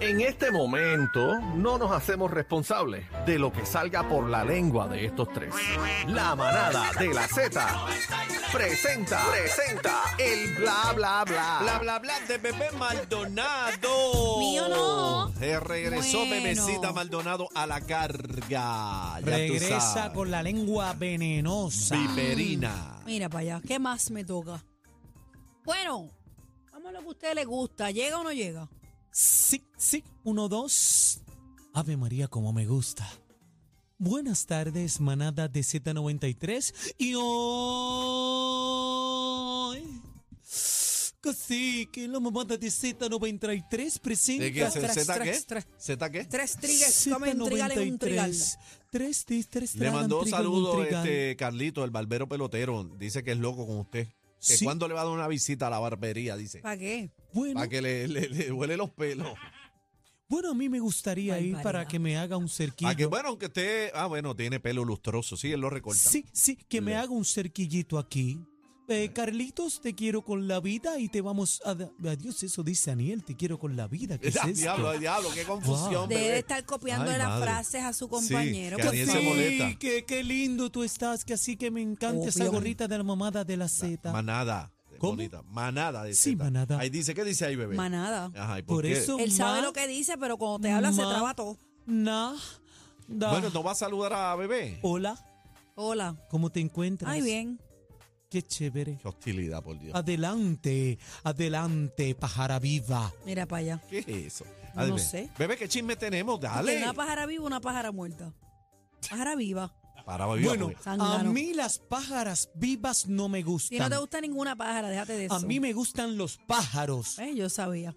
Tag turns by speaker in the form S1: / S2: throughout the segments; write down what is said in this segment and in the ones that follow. S1: En este momento no nos hacemos responsables de lo que salga por la lengua de estos tres. La manada de la Z presenta, presenta el bla bla bla.
S2: Bla, bla, bla de Bebé Maldonado.
S3: Mío no.
S2: Se regresó
S3: Bueno.
S2: Bebecita Maldonado a la carga. Ya tú
S4: Regresa
S2: sabes.
S4: con la lengua venenosa.
S2: Viperina.
S3: Mm. Mira para allá, ¿qué más me toca? Bueno, vamos a lo que a usted le gusta, ¿llega o no llega?
S4: Sí, sí, uno, dos. Ave María, como me gusta. Buenas tardes, manada de Z93. Y hoy. Cacique, la mamada de Z93 presenta.
S2: ¿De qué? ¿Z
S3: tras,
S2: Z
S3: tras,
S2: qué?
S3: tras.
S2: ¿Z qué?
S3: Tres trigues, come un trigal en un trigal.
S4: Z93. Tres, tres, tres,
S2: Le mandó
S4: saludo
S2: saludos este Carlito, el barbero pelotero. Dice que es loco con usted. Que
S4: Sí.
S2: cuándo le va a dar una visita a la barbería, dice.
S3: ¿Para qué?
S4: Bueno,
S2: Para que le, le- le huele los pelos.
S4: bueno, a mí me gustaría ir para
S3: Barbaridad.
S4: que me haga un cerquillo.
S2: Para que, bueno, aunque usted. Ah, bueno, tiene pelo lustroso. Sí, él lo recorta.
S4: Sí, sí, que me
S2: Le-
S4: haga un cerquillito aquí. Eh, Carlitos, te quiero con la vida y te vamos a... da- Adiós, eso dice Aniel, te quiero con la vida. ¿Qué es
S2: Ah,
S4: esto?
S2: diablo, ay, diablo, qué confusión.
S4: Wow.
S2: bebé.
S3: Debe estar copiando
S2: Ay,
S3: las
S2: madre.
S3: frases a su compañero.
S2: que
S3: por
S2: Daniel se
S3: favor.
S2: molesta.
S4: Sí, que, qué lindo tú estás, que así que me encanta esa
S3: Obvio.
S4: gorrita de la mamada de la Z.
S2: Manada.
S4: ¿Cómo?
S2: Bonita. Manada de
S4: Sí,
S2: Zeta.
S4: manada.
S2: Ahí dice, ¿qué dice ahí, bebé?
S3: Manada.
S2: Ajá, ¿y por,
S4: Por
S2: qué?
S4: eso...
S3: Él sabe
S4: ma-
S3: lo que dice, pero cuando te habla se
S4: ma-
S3: traba todo.
S4: na- da-
S2: Bueno, ¿no va a saludar a bebé?
S3: Oh.
S4: Hola,
S3: Hola.
S4: ¿cómo te encuentras?
S3: Ay, bien.
S4: Qué chévere.
S2: Qué hostilidad, por
S3: Ah.
S2: Dios.
S4: Adelante, adelante, pájara viva.
S3: Mira para allá.
S2: ¿Qué es eso?
S3: No
S2: Adivine.
S3: sé.
S2: Bebé, ¿qué chisme tenemos? Dale.
S3: Una pájara viva, una pájara muerta. Pájara viva.
S2: Para bebé.
S4: Bueno,
S2: porque-
S4: a
S3: Zángano.
S4: mí las pájaras vivas no me
S3: Si no
S4: gustan.
S3: te gusta ninguna pájara, déjate de eso.
S4: A mí me gustan los pájaros.
S3: Eh, yo sabía.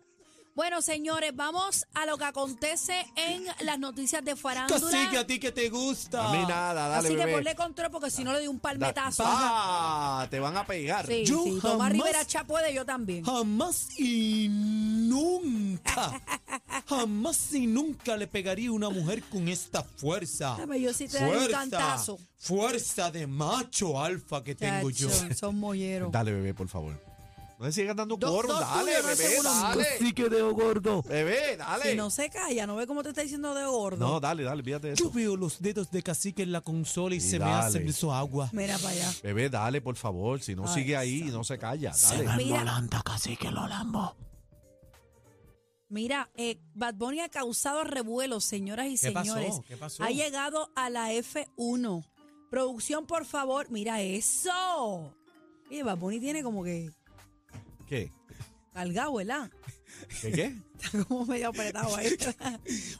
S3: Bueno, señores, vamos a lo que acontece en las noticias de
S4: Así que
S3: farándula.
S4: a ti que te gusta.
S2: A mí nada, dale,
S3: Así que
S2: bebé.
S3: ponle control porque si no le doy un
S2: Da-
S3: palmetazo.
S2: Ah, te van a pegar.
S3: Sí,
S4: Yo
S3: sí, Tomás
S4: jamás-
S3: Rivera Chá puede, yo también.
S4: Jamás y nunca. Jamás y nunca le pegaría a una mujer con esta fuerza.
S3: Dame, yo sí te Ah, daría un cantazo.
S4: Fuerza de macho alfa que tengo
S3: Chacho,
S4: yo.
S3: Son molleros.
S2: Dale, bebé, por favor. No le sigas dando
S3: Dos-
S2: coro.
S3: dos
S2: Dale,
S3: tuyos, no
S2: bebé,
S3: hace uno mío.
S2: dale.
S4: que dedo gordo.
S2: Bebé, dale.
S3: Si no se calla, no ve cómo te está diciendo de gordo.
S2: No, dale, dale, fíjate
S4: Yo
S2: eso.
S4: veo los dedos de cacique en la consola y,
S2: Y
S4: se
S2: dale.
S4: me hace su agua.
S3: Mira para allá.
S2: Bebé, dale, por favor. Si no
S3: Ay,
S2: sigue ahí, no se calla. Dale.
S3: Mira.
S4: cacique, lo lambo.
S3: Mira, eh, Bad Bunny ha causado revuelos, señoras y
S4: ¿Qué pasó?
S3: señores.
S4: ¿Qué pasó?
S3: Ha llegado a la F1. Producción, por favor, mira eso. Oye, Bad Bunny tiene como que
S2: ¿Qué?
S3: cargado, ¿verdad?
S2: ¿Qué qué?
S3: Está como medio apretado ahí.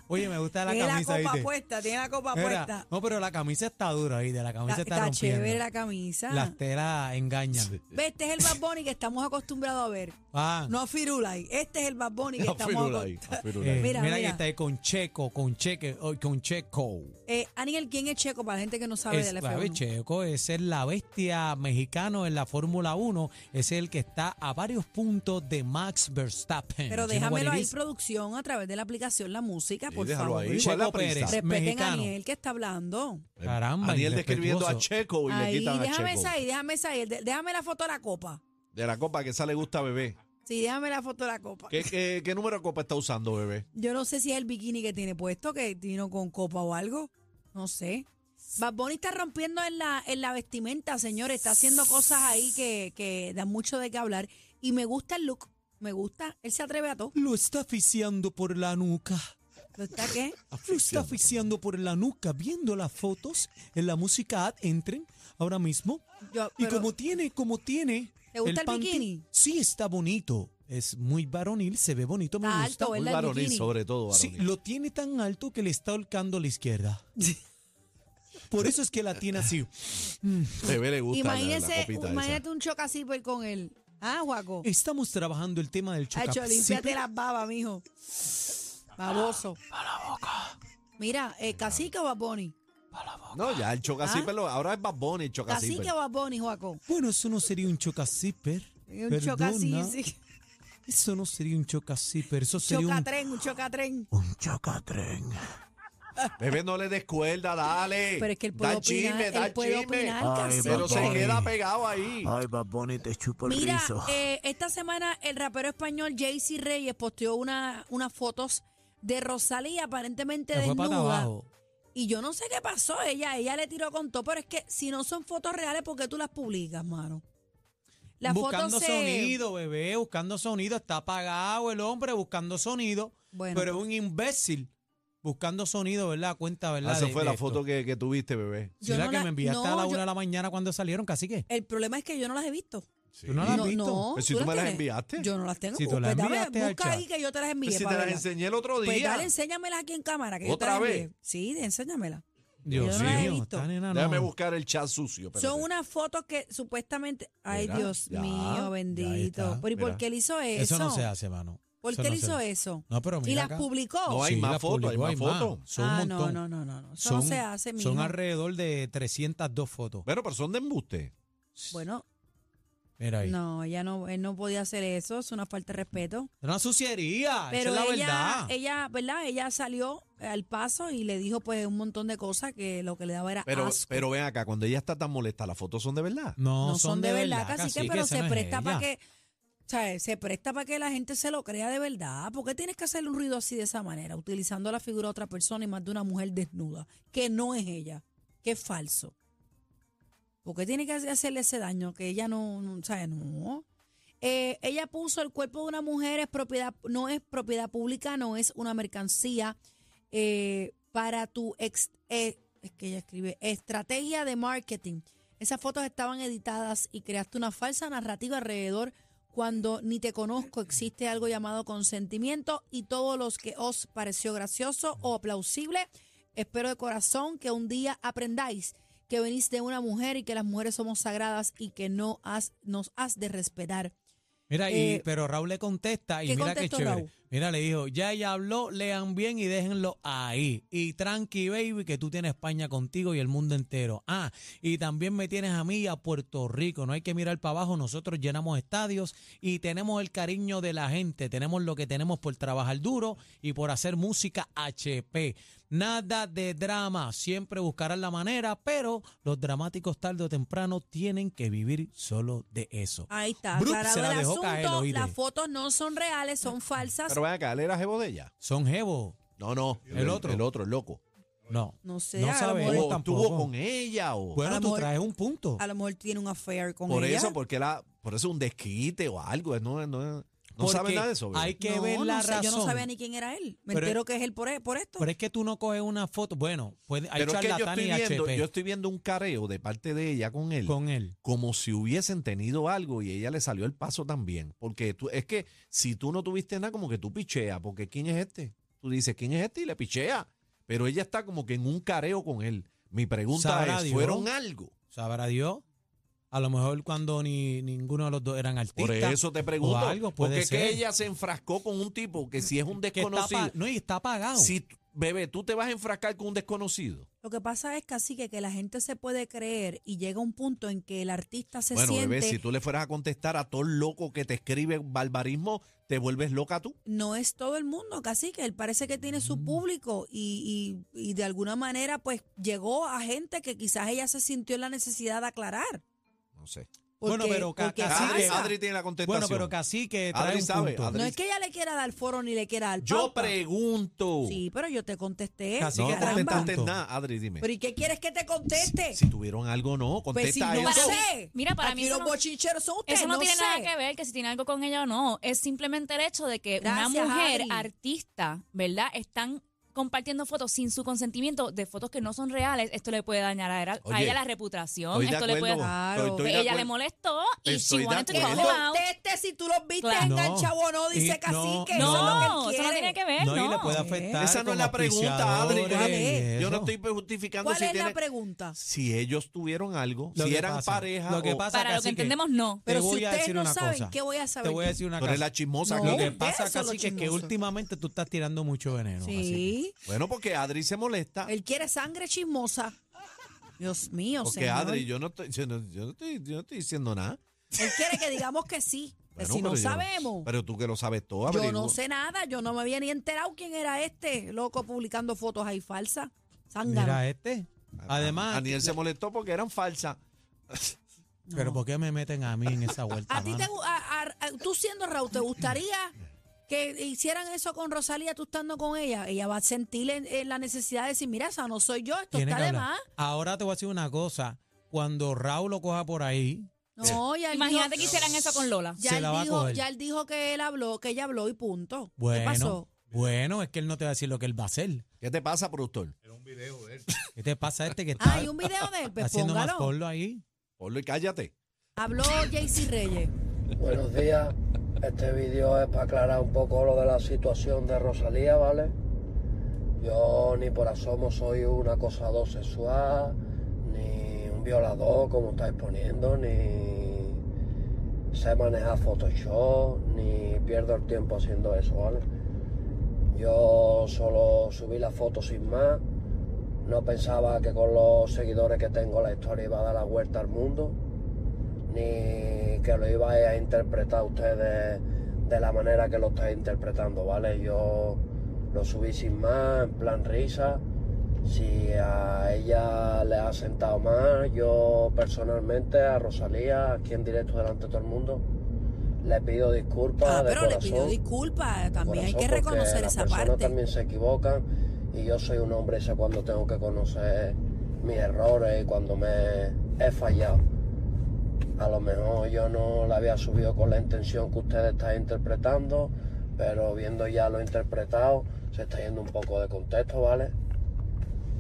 S4: Oye, me gusta la
S3: tiene
S4: camisa.
S3: la copa
S4: ¿viste?
S3: puesta, tiene la copa
S4: Mira,
S3: puesta.
S4: no, pero la camisa está dura, ¿viste? La camisa
S3: Está,
S4: está,
S3: está
S4: rompiendo.
S3: chévere la camisa.
S4: Las telas engañan.
S3: Ve, Este es el Bad Bunny que estamos acostumbrados a ver.
S4: Ah,
S3: No Firulai. Este es el Bad Bunny que
S2: A
S3: estamos
S2: Firula ahí,
S3: acostumbrados.
S2: a Firula
S4: eh,
S2: ahí.
S3: Mira,
S4: mira,
S3: mira.
S4: que está ahí con Checo, con Cheque, oh, con Checo.
S3: Eh, Aniel, ¿quién es Checo? Para la gente que no sabe
S4: Es,
S3: de la
S4: sabe,
S3: F1.
S4: Checo, ese es la bestia mexicano en la Fórmula 1. Es el que está a varios puntos de Max Verstappen.
S3: Pero
S4: You know what
S3: déjamelo
S4: it
S3: ahí,
S4: is?
S3: producción, a través de la aplicación La Música,
S2: Sí,
S3: por
S2: déjalo
S3: favor.
S2: ahí.
S3: Respeten
S2: ¿Cuál es la
S4: Checo
S2: prisa?
S4: Pérez,
S3: a
S4: mexicano.
S3: Aniel que está hablando.
S4: Caramba,
S2: Daniel describiendo a
S4: irrespetuoso.
S2: Checo y le
S3: Ahí,
S2: quitan a
S3: déjame
S2: Checo.
S3: esa ahí, déjame esa ahí. De- Déjame la foto de la copa.
S2: De la copa que esa le gusta a bebé.
S3: Sí, déjame la foto de la copa.
S2: ¿Qué, qué, qué número de copa está usando bebé?
S3: Yo no sé si es el bikini que tiene puesto, que vino con copa o algo. No sé. Bad Bunny está rompiendo en la, en la vestimenta, señores. Está haciendo cosas ahí que, que dan mucho de qué hablar. Y me gusta el look. Me gusta. Él se atreve a todo.
S4: Lo está asfixiando por la nuca.
S3: ¿Lo está qué?
S4: Lo está asfixiando por la nuca, viendo las fotos en la música ad, entren ahora mismo.
S3: Yo-
S4: Y
S3: pero-
S4: como tiene, como tiene.
S3: ¿Te gusta el
S4: panty,
S3: bikini?
S4: Sí, está bonito. Es muy varonil, se ve bonito, me
S3: Está
S4: gusta.
S3: alto, ¿eh?
S2: Muy
S3: ¿Verdad, el
S2: varonil,
S3: bikini?
S2: sobre todo
S4: Sí,
S2: varonil.
S4: lo tiene tan alto que le está holcando la izquierda. Por eso es que la tiene así.
S2: Bebé le gusta la- la,
S3: Imagínese,
S2: copita
S3: imagínate un choca zipper con él. Ah, Guaco.
S4: Estamos trabajando el tema del
S3: Hacho,
S4: chocapsipe.
S3: límpiate las babas, mijo. Baboso. Para la boca. Mira, eh, cacique o Baboni.
S2: esa. No, ya el
S3: Ah.
S2: chocacíper, lo- ahora es Bad Bunny el chocacíper.
S3: Cacique o Baboni, Guaco.
S4: Bueno, eso no sería un chocaciper.
S3: Eh, Un chocacique. sí.
S4: Eso no sería un chocaciper. Eso sería un,
S3: Chocatren, un Oh, chocatren.
S4: un chocatren.
S2: Bebé no le des cuerda, dale.
S3: Pero es que él puede
S2: da chisme,
S3: opinar,
S2: da
S3: él puede
S2: chisme.
S3: opinar,
S5: Ay,
S3: cacique.
S2: Pero se
S5: Bunny.
S2: queda pegado ahí.
S5: Ay, Bad Bunny, te chupo el
S3: Mira,
S5: rizo.
S3: eh, esta semana el rapero español Jay-Z Reyes posteó una, unas fotos de Rosalía aparentemente
S4: Se fue para
S3: desnuda.
S4: abajo.
S3: Y yo no sé qué pasó, ella, ella le tiró con todo, pero es que si no son fotos reales, ¿por qué tú las publicas, mano? Las
S4: buscando
S3: fotos se-
S4: sonido, bebé, buscando sonido. Está apagado el hombre buscando sonido.
S3: Bueno.
S4: Pero es un imbécil buscando sonido, ¿verdad? Cuenta, ¿verdad?
S2: Ah, Esa
S4: de-
S2: fue
S4: de
S2: la
S4: esto.
S2: foto que, que tuviste, bebé.
S4: Sí,
S3: Yo
S4: la
S3: no
S4: que
S3: la-
S4: me enviaste a
S3: no,
S4: la
S3: yo-
S4: una de la mañana cuando salieron, cacique.
S3: El problema es que yo no las he visto.
S2: Sí.
S4: ¿Tú no la has
S3: no,
S4: visto?
S3: no,
S2: Pues si tú me las
S3: tienes?
S2: enviaste.
S3: Yo no las tengo.
S4: Si tú las
S3: Pues dame,
S4: enviaste al
S3: busca
S4: chat.
S3: ahí que yo te las envié.
S2: Pues si te
S3: para
S2: las
S3: verlas.
S2: enseñé el otro
S3: Pues
S2: día.
S3: dale, enséñamelas aquí en cámara. Que yo te
S2: ¿Otra
S3: las
S2: vez?
S3: envié. Sí, de- enséñamelas.
S4: Dios
S3: Yo no la he
S4: mío,
S3: visto.
S4: esta nena no.
S2: Déjame buscar el chat sucio.
S3: Son
S2: espérate.
S3: unas fotos que supuestamente. Ay,
S2: Mira,
S3: Dios
S2: ya,
S3: mío,
S2: ya
S3: bendito.
S4: está,
S3: Pero ¿y por
S2: mira.
S3: qué él hizo eso?
S4: Eso no se hace, mano.
S3: ¿Por
S4: Eso
S3: qué él
S4: no se
S3: hizo
S4: hace.
S3: eso?
S4: No, pero mira
S3: y las
S4: acá.
S3: publicó.
S2: No, hay más
S4: las
S2: fotos,
S4: publicó,
S2: hay más fotos.
S4: Son un
S3: ah,
S4: montón.
S3: no, no, no, no, no. Eso no se hace, mijo.
S4: Son alrededor de 302 fotos.
S2: Bueno, pero son de embuste.
S3: Bueno,
S4: Mira ahí.
S3: no, ella no, él no podía hacer eso. Es una falta de respeto.
S4: Es una suciería.
S3: Pero
S4: Ah, esa es la
S3: ella,
S4: verdad.
S3: ella, ¿verdad? Ella salió al paso y le dijo pues un montón de cosas que lo que le daba era
S2: Pero,
S3: asco.
S2: pero ven acá, cuando ella está tan molesta, las fotos son de verdad.
S4: no,
S3: no son, de verdad,
S4: cacique,
S3: cacique, pero
S4: esa
S3: se
S4: no es
S3: presta para
S4: ella.
S3: que, o sea, se presta para que la gente se lo crea de verdad. ¿Por qué tienes que hacerle un ruido así de esa manera, utilizando la figura de otra persona y más de una mujer desnuda, que no es ella, que es falso? ¿Por qué tiene que hace- hacerle ese daño que ella no, no o sea, no? Eh, ella puso el cuerpo de una mujer es propiedad, no es propiedad pública, no es una mercancía. eh, para tu ex, eh, es que ella escribe estrategia de marketing. Esas fotos estaban editadas y creaste una falsa narrativa alrededor cuando ni te conozco existe algo llamado consentimiento y todos los que os pareció gracioso o plausible, espero de corazón que un día aprendáis que venís de una mujer y que las mujeres somos sagradas y que no has, nos has de respetar.
S4: Mira, y-
S3: Eh,
S4: pero Raúl le contesta y
S3: ¿qué
S4: mira qué
S3: contestó
S4: chévere.
S3: Raúl?
S4: Mira, le dijo, ya ella habló, lean bien y déjenlo ahí. Y tranqui, baby, que tú tienes España contigo y el mundo entero. Ah, y también me tienes a mí y a Puerto Rico. No hay que mirar para abajo. Nosotros llenamos estadios y tenemos el cariño de la gente. Tenemos lo que tenemos por trabajar duro y por hacer música HP. Nada de drama. Siempre buscarán la manera, pero los dramáticos tarde o temprano tienen que vivir solo de eso.
S3: Ahí está,
S4: Brooke
S3: aclarado
S4: se la
S3: el
S4: dejó
S3: asunto.
S4: caer, oíste.
S3: las fotos no son reales, son falsas.
S2: Pero ven acá, ¿él era jebo de ella?
S4: Son jevos.
S2: No, no.
S4: El otro.
S2: El otro, el loco.
S4: No.
S3: No sé,
S4: No
S3: a lo
S4: sabemos
S3: mejor-
S2: O estuvo
S4: tampoco.
S2: con ella o...
S3: A
S4: Bueno,
S3: lo
S4: tú
S3: mejor-
S4: traes un punto.
S3: a lo mejor tiene un affair con
S2: por
S3: ella.
S2: eso, porque la... Por eso un desquite o algo. No, no, no sabe
S4: Porque
S2: nada de eso. bebé.
S4: Hay que
S3: No,
S4: ver
S3: no
S4: la
S3: sé,
S4: razón.
S3: Yo no sabía ni quién era él. Me
S4: Pero- e
S3: entero que es él por, por esto.
S4: Pero es que tú no coges una foto. Bueno, puede, hay
S2: Pero es que yo
S4: charlatán
S2: estoy,
S4: y
S2: viendo,
S4: HP
S2: yo estoy viendo un careo de parte de ella con él.
S4: con él.
S2: como si hubiesen tenido algo y ella le salió el paso también. Porque tú, es que si tú no tuviste nada, como que tú picheas, porque ¿quién es este? Tú dices, ¿quién es este? Y le pichea. Pero ella está como que en un careo con él. Mi pregunta
S4: Sabrá
S2: es,
S4: Dios.
S2: ¿fueron algo?
S4: Sabrá Dios. A lo mejor cuando ni ninguno de los dos eran
S2: Por
S4: artistas.
S2: eso te pregunto.
S4: algo puede
S2: porque es que
S4: ser.
S2: ella se enfrascó con un tipo que si es un
S4: que está
S2: desconocido.
S4: pa- no, y está apagado.
S2: si, t- bebé, tú te vas a enfrascar con un desconocido.
S3: Lo que pasa es casi que, que la gente se puede creer y llega un punto en que el artista se
S2: bueno,
S3: siente
S2: bebé, si tú le fueras a contestar a todo el loco que te escribe barbarismo, te vuelves loca tú.
S3: no es todo el mundo, casi que él parece que tiene
S2: Mm.
S3: su público y, y- y de alguna manera pues llegó a gente que quizás ella se sintió en la necesidad de aclarar.
S2: No sé.
S3: Porque-
S4: Bueno, pero ca-
S3: porque
S4: casi
S3: pasa.
S2: Adri,
S4: que-
S2: Adri tiene la contestación.
S4: bueno, pero casi que trae
S2: Adri
S4: un
S2: sabe,
S4: punto.
S2: Adri.
S3: no es que ella le quiera dar foro ni le quiera dar
S2: Yo
S3: pampa.
S2: pregunto.
S3: Sí, pero yo te contesté.
S4: Casi
S2: no
S4: que
S3: caramba.
S2: contestaste
S4: Punto.
S2: nada, Adri, dime.
S3: Pero ¿y qué quieres que te conteste?
S2: Si tuvieron algo, no.
S3: pues si
S2: Contesta
S3: no
S2: eso.
S3: sé.
S5: Mira, para
S3: Aquí
S5: mí eso
S3: los
S5: no-
S3: bochincheros son ustedes,
S5: Eso no, tiene
S3: sé.
S5: nada que ver que si tiene algo con ella o no. Es simplemente el hecho de que una
S3: Gracias,
S5: mujer
S3: Adri.
S5: artista, ¿verdad? Están compartiendo fotos sin su consentimiento de fotos que no son reales. Esto le puede dañar a, a
S2: Oye,
S5: ella la reputación.
S2: Estoy de
S5: Esto le puede
S2: acuerdo.
S3: Claro.
S2: Estoy- estoy de
S5: ella le
S2: acuerdo.
S5: molestó y
S2: Estoy
S5: she
S2: de
S5: wanted to talk
S2: acuerdo.
S5: him out.
S3: Conteste si tú los viste
S5: Claro.
S3: enganchado o no,
S4: Y-
S3: dice
S4: no,
S3: Cacique. eso es lo
S5: No,
S3: que él
S5: eso no
S3: quiere.
S5: tiene que ver,
S4: No,
S5: no.
S4: y le puede
S3: Sí.
S4: afectar.
S2: Esa no es
S4: con
S2: la pregunta, Adri.
S3: ¿Cuál es?
S2: Yo no
S4: Eso.
S2: estoy justificando
S3: ¿Cuál
S2: si
S3: es la
S2: tienen-
S3: pregunta?
S2: si ellos tuvieron algo,
S4: Lo
S2: si
S4: que
S2: eran
S4: pasa,
S2: pareja.
S4: lo que
S2: o-
S4: pasa,
S5: Para lo que
S4: cacique,
S5: entendemos, no.
S4: te
S3: Pero si
S4: voy a
S3: ustedes
S4: decir
S3: no
S4: una
S3: saben,
S4: cosa.
S3: ¿qué voy a saber
S4: Te voy a
S3: yo?
S4: decir una
S2: Tú eres
S4: cosa.
S2: la chismosa.
S3: No.
S4: Lo
S2: claro.
S4: que
S3: Ustedes
S4: pasa,
S3: son los
S4: casi que es que
S3: chismosos.
S4: últimamente tú estás tirando mucho veneno. cacique.
S3: Sí,
S2: Bueno, porque Adri se molesta.
S3: él quiere sangre chismosa. Dios mío,
S2: Porque
S3: señor.
S2: Adri, yo no, estoy, yo, no, yo no estoy, yo no estoy diciendo nada.
S3: Él quiere que digamos que sí. que
S2: Bueno,
S3: Pues si no
S2: pero yo-
S3: sabemos.
S2: Pero tú que lo sabes todo,
S3: Yo
S2: averigua.
S3: no sé nada, yo no me había ni enterado quién era este loco publicando fotos ahí falsas. Zángano.
S4: Mira este. Además,
S2: Daniel se molestó porque eran falsas.
S4: pero ¿por qué me meten a mí en esa vuelta?
S3: A ti
S4: mano?
S3: te gu- a- a- a- tú siendo Raúl, ¿te gustaría que hicieran eso con Rosalía, tú estando con ella, ella va a sentir en- en la necesidad de decir, mira, esa no soy yo, esto
S4: Tiene
S3: está
S4: que
S3: de
S4: hablar.
S3: más.
S4: Ahora te voy a decir una cosa. Cuando Raúl lo coja por ahí,
S3: No, ya él
S5: Imagínate
S3: dijo-
S5: que hicieran eso con Lola.
S3: Ya
S4: Se
S3: él
S4: la va a
S3: dijo,
S4: coger.
S3: ya él dijo que él habló, que ella habló y punto.
S4: bueno,
S3: ¿Qué pasó?
S4: bueno, es que él no te va a decir lo que él va a hacer.
S2: ¿Qué te pasa, productor?
S4: ¿Qué te pasa a este que está
S3: Ah, hay un video de él, pues
S4: haciendo más
S3: póngalo.
S4: porlo ahí?
S2: Ponlo y cállate.
S3: Habló JC Reyes.
S6: Buenos días. Este video es para aclarar un poco lo de la situación de Rosalía, ¿vale? Yo ni por asomo soy un acosador sexual, ni un violador, como estáis poniendo, ni sé manejar Photoshop, ni pierdo el tiempo haciendo eso, ¿vale? Yo solo subí la foto sin más. No pensaba que con los seguidores que tengo la historia iba a dar la vuelta al mundo ni que lo ibais a interpretar ustedes de la manera que lo estáis interpretando, ¿vale? Yo lo subí sin más, en plan risa. Si a ella le ha sentado más, yo personalmente, a Rosalía, aquí en directo delante de todo el mundo, le pido disculpas.
S3: Ah,
S6: de
S3: pero le pidió
S6: corazón
S3: disculpas. También hay que
S6: corazón, porque
S3: reconocer esa
S6: las personas
S3: parte.
S6: también se equivocan y yo soy un hombre y sé cuando tengo que conocer mis errores y cuando me he fallado. A lo mejor yo no la había subido con la intención que ustedes están interpretando, pero viendo ya lo interpretado, se está yendo un poco de contexto, ¿vale?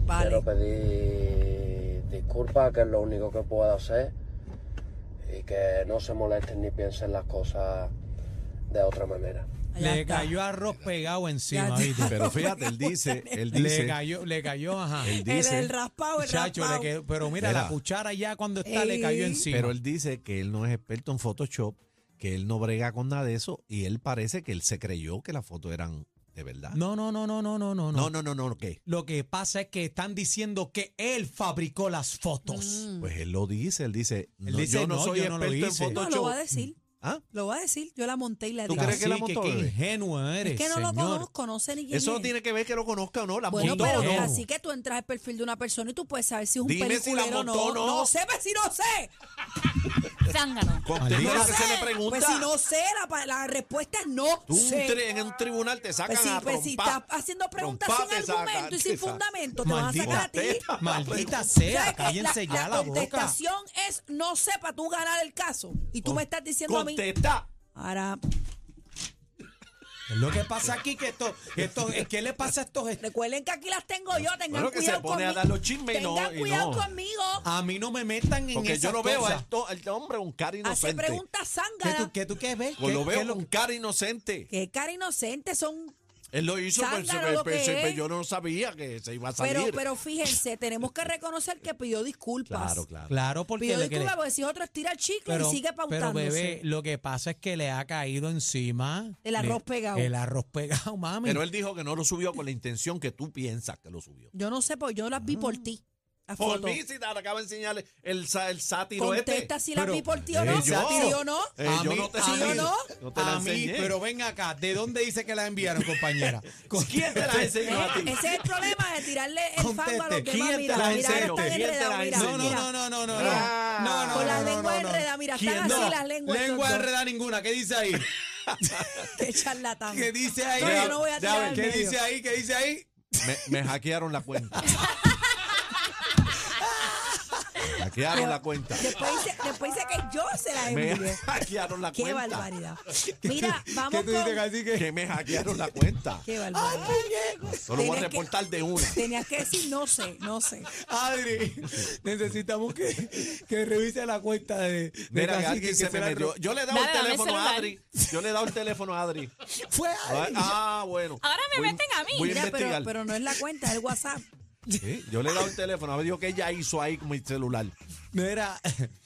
S3: Vale.
S6: Quiero pedir disculpas, que es lo único que puedo hacer, y que no se molesten ni piensen las cosas de otra manera.
S3: allá
S4: le
S3: está.
S4: cayó arroz pegado encima,
S3: Ya
S4: ¿viste?
S3: está.
S2: Pero fíjate, él dice, él
S4: Le
S2: dice,
S4: cayó, le cayó, ajá.
S2: él
S3: El,
S2: dice,
S3: el raspado, el
S4: Chacho, le
S3: raspado.
S4: quedó- pero mira,
S2: Mira.
S4: la cuchara ya cuando está le cayó
S3: Ey.
S4: encima.
S2: pero él dice que él no es experto en Photoshop, que él no brega con nada de eso y él parece que él se creyó que las fotos eran de verdad.
S4: no, no, no, no, no, no, no,
S2: no, no, no, no, ¿qué?
S4: Lo que pasa es que están diciendo que él fabricó las
S3: Mm.
S4: fotos.
S2: Pues él lo dice, él dice,
S4: Él
S2: no,
S4: dice,
S2: yo no,
S4: no,
S2: soy
S4: yo no lo
S2: experto en
S4: hice.
S3: No,
S2: Photoshop.
S3: lo va a decir.
S2: ¿Ah?
S3: Lo va a decir. Yo la monté y la
S2: ¿Tú
S3: dije.
S2: crees Ah, que la
S4: Así
S2: montó,
S4: qué
S2: bebé?
S4: ingenua eres,
S3: Es que no
S4: señor.
S3: lo conozco, no sé ni quién
S2: Eso no
S3: es.
S2: tiene que ver que lo conozca o no, la
S3: bueno,
S2: montó
S3: pero
S2: o no.
S3: así que tú entras al perfil de una persona y tú puedes saber si es un
S2: Dime si la
S3: peliculero
S2: montó o
S3: no.
S2: no.
S3: No sé, pues si no sé.
S5: Zángano.
S2: Contesta
S4: Maldito.
S2: lo que
S3: sé.
S2: se le pregunta.
S3: Pues si no sé, la, pa- la respuesta es no
S2: Tú un
S3: sé.
S2: tri- en un tribunal te sacan
S3: Pues si,
S2: a
S3: pues si
S2: trompar.
S3: estás haciendo preguntas
S2: Trompar te
S3: sin
S2: sacan,
S3: argumento y
S2: te
S3: sin
S2: sacan.
S3: fundamento, te van a sacar a ti.
S2: Maldita
S4: Maldita
S3: O sea,
S4: sea,
S3: que
S4: cállense
S3: la,
S4: ya la, boca.
S3: contestación es no sé para tú ganar el caso. Y tú me estás diciendo a mí.
S2: Contesta.
S3: Ahora,
S4: Lo que pasa aquí que esto, que esto, es que le pasa a estos est-
S3: recuerden que aquí las tengo yo, tengan
S2: Bueno, que se
S3: cuidado
S2: pone a
S3: conmigo.
S2: dar los chismes y no-
S3: tengan
S2: y
S3: cuidado
S2: no. Ah,
S3: conmigo.
S4: A mí no me metan en
S2: Porque yo
S4: esas
S2: lo veo ¿eh? a
S4: cosas.
S2: esto, al hombre un cara
S3: Hace
S2: inocente.
S3: preguntas
S4: ¿Qué tú,
S3: zánganas.
S4: qué tú quieres ver?
S2: Pues
S4: ¿Qué-
S2: lo
S4: qué
S2: veo
S4: lo-
S2: con cara inocente.
S3: Qué cara inocente son.
S2: Él lo hizo, pero,
S3: Sángano
S2: pero-
S3: lo que
S2: pero-
S3: es.
S2: pero yo no sabía que se iba a salir.
S3: Pero, pero fíjense, tenemos que reconocer que pidió disculpas.
S2: claro, claro.
S4: Claro, porque
S3: Pidió
S4: le- que le-
S3: disculpas porque si es otro estira el chicle y sigue
S4: pero,
S3: pautándose.
S4: bebé, lo que pasa es que le ha caído encima.
S3: El arroz
S4: le-
S3: pegado.
S4: El arroz pegado, mami.
S2: Pero él dijo que no lo subió con la intención que tú piensas que lo subió.
S3: Yo no sé, porque yo las vi
S4: Ah.
S3: por ti. Las
S2: Por
S3: fotos.
S2: mí, si te acaba de enseñarle el, sa- el sátiro
S3: Contesta
S2: este.
S3: si las
S4: Pero-
S3: vi por ti o
S2: Eh,
S3: no.
S2: yo-
S3: ¿Sí o no?
S2: Eh, yo no te
S3: ¿sí
S2: sabía.
S3: o no?
S2: No te la
S4: a mí,
S2: enseñé.
S4: pero ven acá, ¿de dónde dice que la enviaron, compañera? ¿Con
S2: ¿Quién te la enseñó a ti?
S3: Eh, Ese es el problema de tirarle el fango a los
S4: Conteste.
S3: demás.
S2: ¿Quién
S3: Mira,
S2: te la
S3: mira, ahora
S2: enseñó? ¿Quién
S3: están
S2: te la
S3: enredados. Mira,
S4: No,
S2: enseñó?
S4: no,
S3: mira.
S4: no, no, no, no, no.
S2: Ah.
S4: no, no,
S3: Con la
S4: no, no,
S3: lengua
S4: no, no.
S3: enredada, mira, están
S4: ¿Quién?
S3: así
S4: No,
S3: las lenguas
S4: Lengua
S3: estos dos.
S4: enredada ninguna, ¿qué dice ahí?
S3: Qué charlatán.
S4: ¿Qué dice ahí?
S3: No, yo no voy a
S4: Ya,
S3: tirar al
S4: ¿Qué
S3: medio.
S4: dice ahí? ¿Qué dice ahí?
S2: Me, me hackearon la cuenta. hackearon la cuenta.
S3: Después dice, después dice que yo se la
S2: Me
S3: envié.
S2: hackearon la
S3: Qué
S2: cuenta.
S3: barbaridad. Mira, vamos
S4: ¿Qué tú dices,
S3: con...
S4: cacique?
S2: Que me hackearon la cuenta.
S3: Qué barbaridad.
S2: Solo voy a
S3: Tenías que-
S2: reportar de una.
S3: Tenías que decir no sé, no sé.
S4: Adri, necesitamos que, que revise la cuenta de, de
S2: Mira, que
S4: Cacique,
S2: alguien se
S4: se
S2: me
S4: la
S2: metió. Yo le he dado
S5: Dale,
S2: el
S5: dame el
S2: teléfono a
S5: celular.
S2: Adri. Yo le he dado el teléfono a Adri.
S4: ro- Fue Adri.
S2: Ah, bueno.
S5: Ahora me
S2: Voy-
S5: meten a mí.
S2: Voy a
S3: Mira, pero,
S2: investigar.
S3: pero no es la cuenta, es el WhatsApp.
S2: Sí, yo le he dado el teléfono. A ver, dijo que ella hizo ahí con mi celular.
S4: Mira,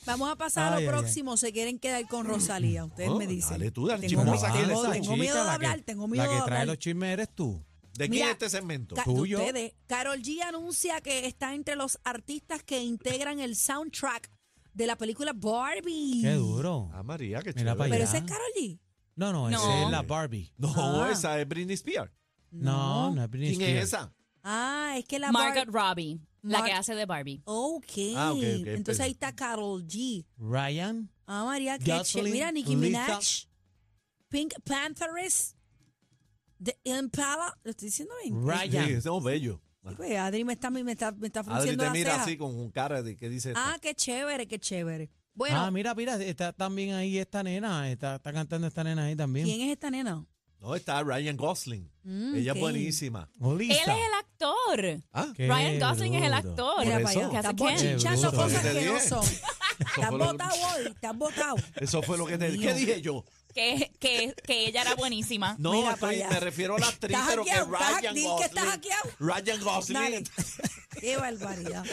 S3: Vamos a pasar
S4: Ay,
S3: a
S4: ay,
S3: lo próximo. Se quieren quedar con Rosalía. Ustedes
S2: Oh,
S3: me dicen.
S2: dale tú, dale,
S3: tengo,
S2: chismosa,
S3: miedo-
S2: ¿quién
S3: tengo
S2: es esa
S3: miedo, de hablar, tengo miedo
S4: La que
S3: de
S4: trae
S3: hablar.
S4: los chismes eres tú.
S2: ¿De quién
S3: Mira,
S2: es este segmento?
S3: Ca- de
S4: Tuyo.
S3: ustedes. Carol G anuncia que está entre los artistas que integran el soundtrack de la película Barbie.
S4: Qué duro.
S2: Ah, María, qué
S4: Mira
S2: chévere.
S4: pa' allá.
S3: Pero ese es Carol G.
S4: No, no, esa
S5: No.
S4: es la Barbie.
S2: No,
S3: Ah.
S2: esa es Britney Spears.
S4: No, no es Britney
S2: ¿Quién
S4: Spears.
S2: es esa?
S3: Ah, es que la
S5: Margot
S3: Barbie.
S5: Robbie, la
S3: Mar-
S5: que hace de Barbie.
S3: Ok.
S2: Ah, ok, ok,
S3: Entonces
S2: perdón.
S3: ahí está Carol G.
S4: Ryan.
S3: Ah, María, qué chévere.
S4: Jocelyn,
S3: Mira, Nicki
S4: Lisa.
S3: Minaj. Pink Panthers. The Impala, lo estoy diciendo bien.
S4: Ryan.
S2: Sí, somos bellos.
S3: Sí, pues, Adri me está, me está, me está
S2: Adri
S3: frunciendo
S2: te
S3: la
S2: mira
S3: ceja.
S2: así con un cara de que dice.
S3: Ah, qué chévere, qué chévere. Bueno,
S4: ah, mira, mira, está también ahí esta nena, está, está cantando esta nena ahí también.
S3: ¿quién es esta nena?
S2: No, está Ryan Gosling.
S3: Mm,
S2: Ella
S3: ok.
S2: es buenísima.
S5: Él es
S4: Lisa.
S5: el actor.
S2: Ah,
S4: Qué
S5: Ryan Gosling es el
S4: bruto.
S5: actor.
S3: Mira
S2: Por
S3: para allá,
S2: eso.
S3: Oh, que estás
S5: Qué bruto.
S3: bochinchando cosas
S2: Eso
S3: que no
S2: fue
S3: son.
S2: fue
S3: Estás
S2: lo que-
S3: botado hoy, estás botado.
S2: eso fue lo que te
S3: Dios
S2: dije. ¿Qué
S3: mío.
S2: dije yo?
S5: Que, que, que ella era buenísima.
S2: No,
S3: Mira
S2: estoy-
S3: para allá.
S2: me refiero a la actriz,
S3: Estás
S2: pero que
S3: hackeado, estás-
S2: Ryan
S3: di que
S2: Gosling.
S3: estás hackeado.
S2: Ryan
S3: Dale.
S2: Gosling.
S3: Qué barbaridad.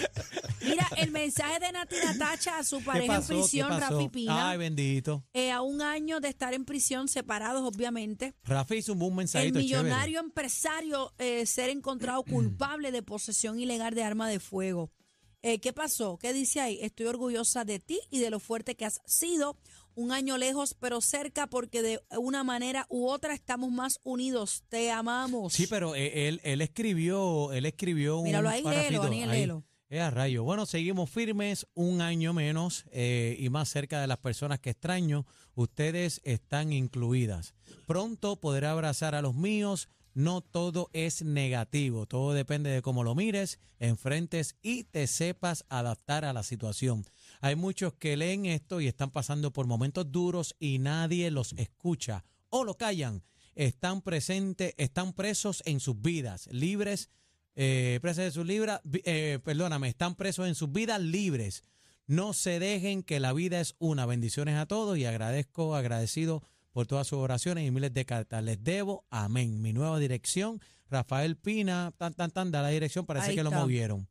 S3: Mira, el mensaje de Nati Natacha a su
S4: ¿Qué
S3: pareja en
S4: pasó? ¿Qué
S3: prisión,
S4: pasó?
S3: Rafi Pina.
S4: Ay, bendito.
S3: eh, a un año de estar en prisión, separados, obviamente.
S4: Rafi hizo un buen
S3: El
S4: mensajito chévere.
S3: millonario empresario eh, ser encontrado culpable de posesión ilegal de arma de fuego. Eh, ¿Qué pasó? ¿Qué dice ahí? Estoy orgullosa de ti y de lo fuerte que has sido. Un año lejos, pero cerca, porque de una manera u otra estamos más unidos. Te amamos.
S4: Sí, pero e- él, él escribió, él escribió un
S3: Míralo ahí, léelo,
S4: parrafito
S3: Daniel,
S4: ahí.
S3: léelo.
S4: Eh, a rayo. Bueno, seguimos firmes un año menos eh, y más cerca de las personas que extraño. Ustedes están incluidas. Pronto podré abrazar a los míos. No todo es negativo. Todo depende de cómo lo mires, enfrentes y te sepas adaptar a la situación. Hay muchos que leen esto y están pasando por momentos duros y nadie los escucha o lo callan. Están presentes, están presos en sus vidas, libres eh, presos de sus libras, vi- eh, perdóname, están presos en sus vidas libres. No se dejen que la vida es una. Bendiciones a todos y agradezco, agradecido por todas sus oraciones y miles de cartas. Les debo, amén. Mi nueva dirección, Rafael Pina, tan, tan, tan, da la dirección, parece
S3: Ahí
S4: que lo
S3: está.
S4: movieron.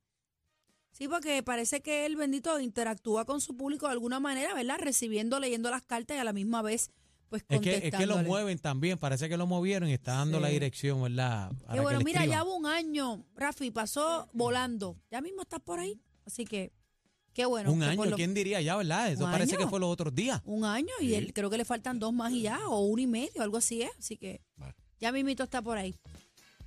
S3: Sí, porque parece que el bendito interactúa con su público de alguna manera, ¿verdad? Recibiendo, leyendo las cartas y a la misma vez, pues
S4: Es que,
S3: contestándole.
S4: es que lo mueven también, parece que lo movieron y está dando
S3: Sí.
S4: la dirección, ¿verdad? Para
S3: Qué
S4: que
S3: bueno,
S4: le
S3: mira, ya
S4: escriban.
S3: hubo un año, Rafi, pasó volando. Ya mismo estás por ahí. Así que, qué bueno.
S4: un
S3: que
S4: año,
S3: por lo-
S4: ¿quién diría ya, verdad? Eso
S3: ¿Un
S4: parece
S3: año?
S4: que fue los otros días.
S3: Un año y él, creo que le faltan dos más y ya, o uno y medio, algo así es. Así que,
S2: Vale.
S3: ya mismito está por ahí.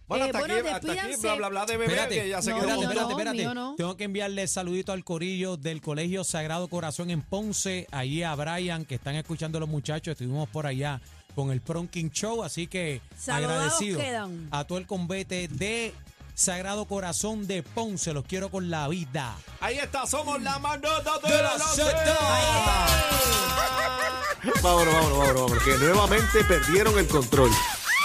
S2: Bueno,
S3: Eh,
S2: hasta,
S3: bueno,
S2: aquí, hasta aquí,
S3: despídanse.
S2: bla, bla, bla de bebé, que ya se
S3: no,
S2: quedó
S4: espérate,
S3: mío
S2: con-
S4: espérate,
S3: no,
S4: espérate.
S3: mío no.
S4: Tengo que enviarle saludito al corillo del Colegio Sagrado Corazón en Ponce, allí a Brian, que están escuchando los muchachos, estuvimos por allá con el Pronkin Show, así que
S3: Saludados
S4: agradecido
S3: quedan.
S4: a todo el combate de Sagrado Corazón de Ponce, los quiero con la vida.
S2: Ahí está, somos la manada de,
S4: De
S2: la,
S4: la
S2: Z.
S1: Vámonos, vámonos, vámonos, vámonos, que nuevamente perdieron el control.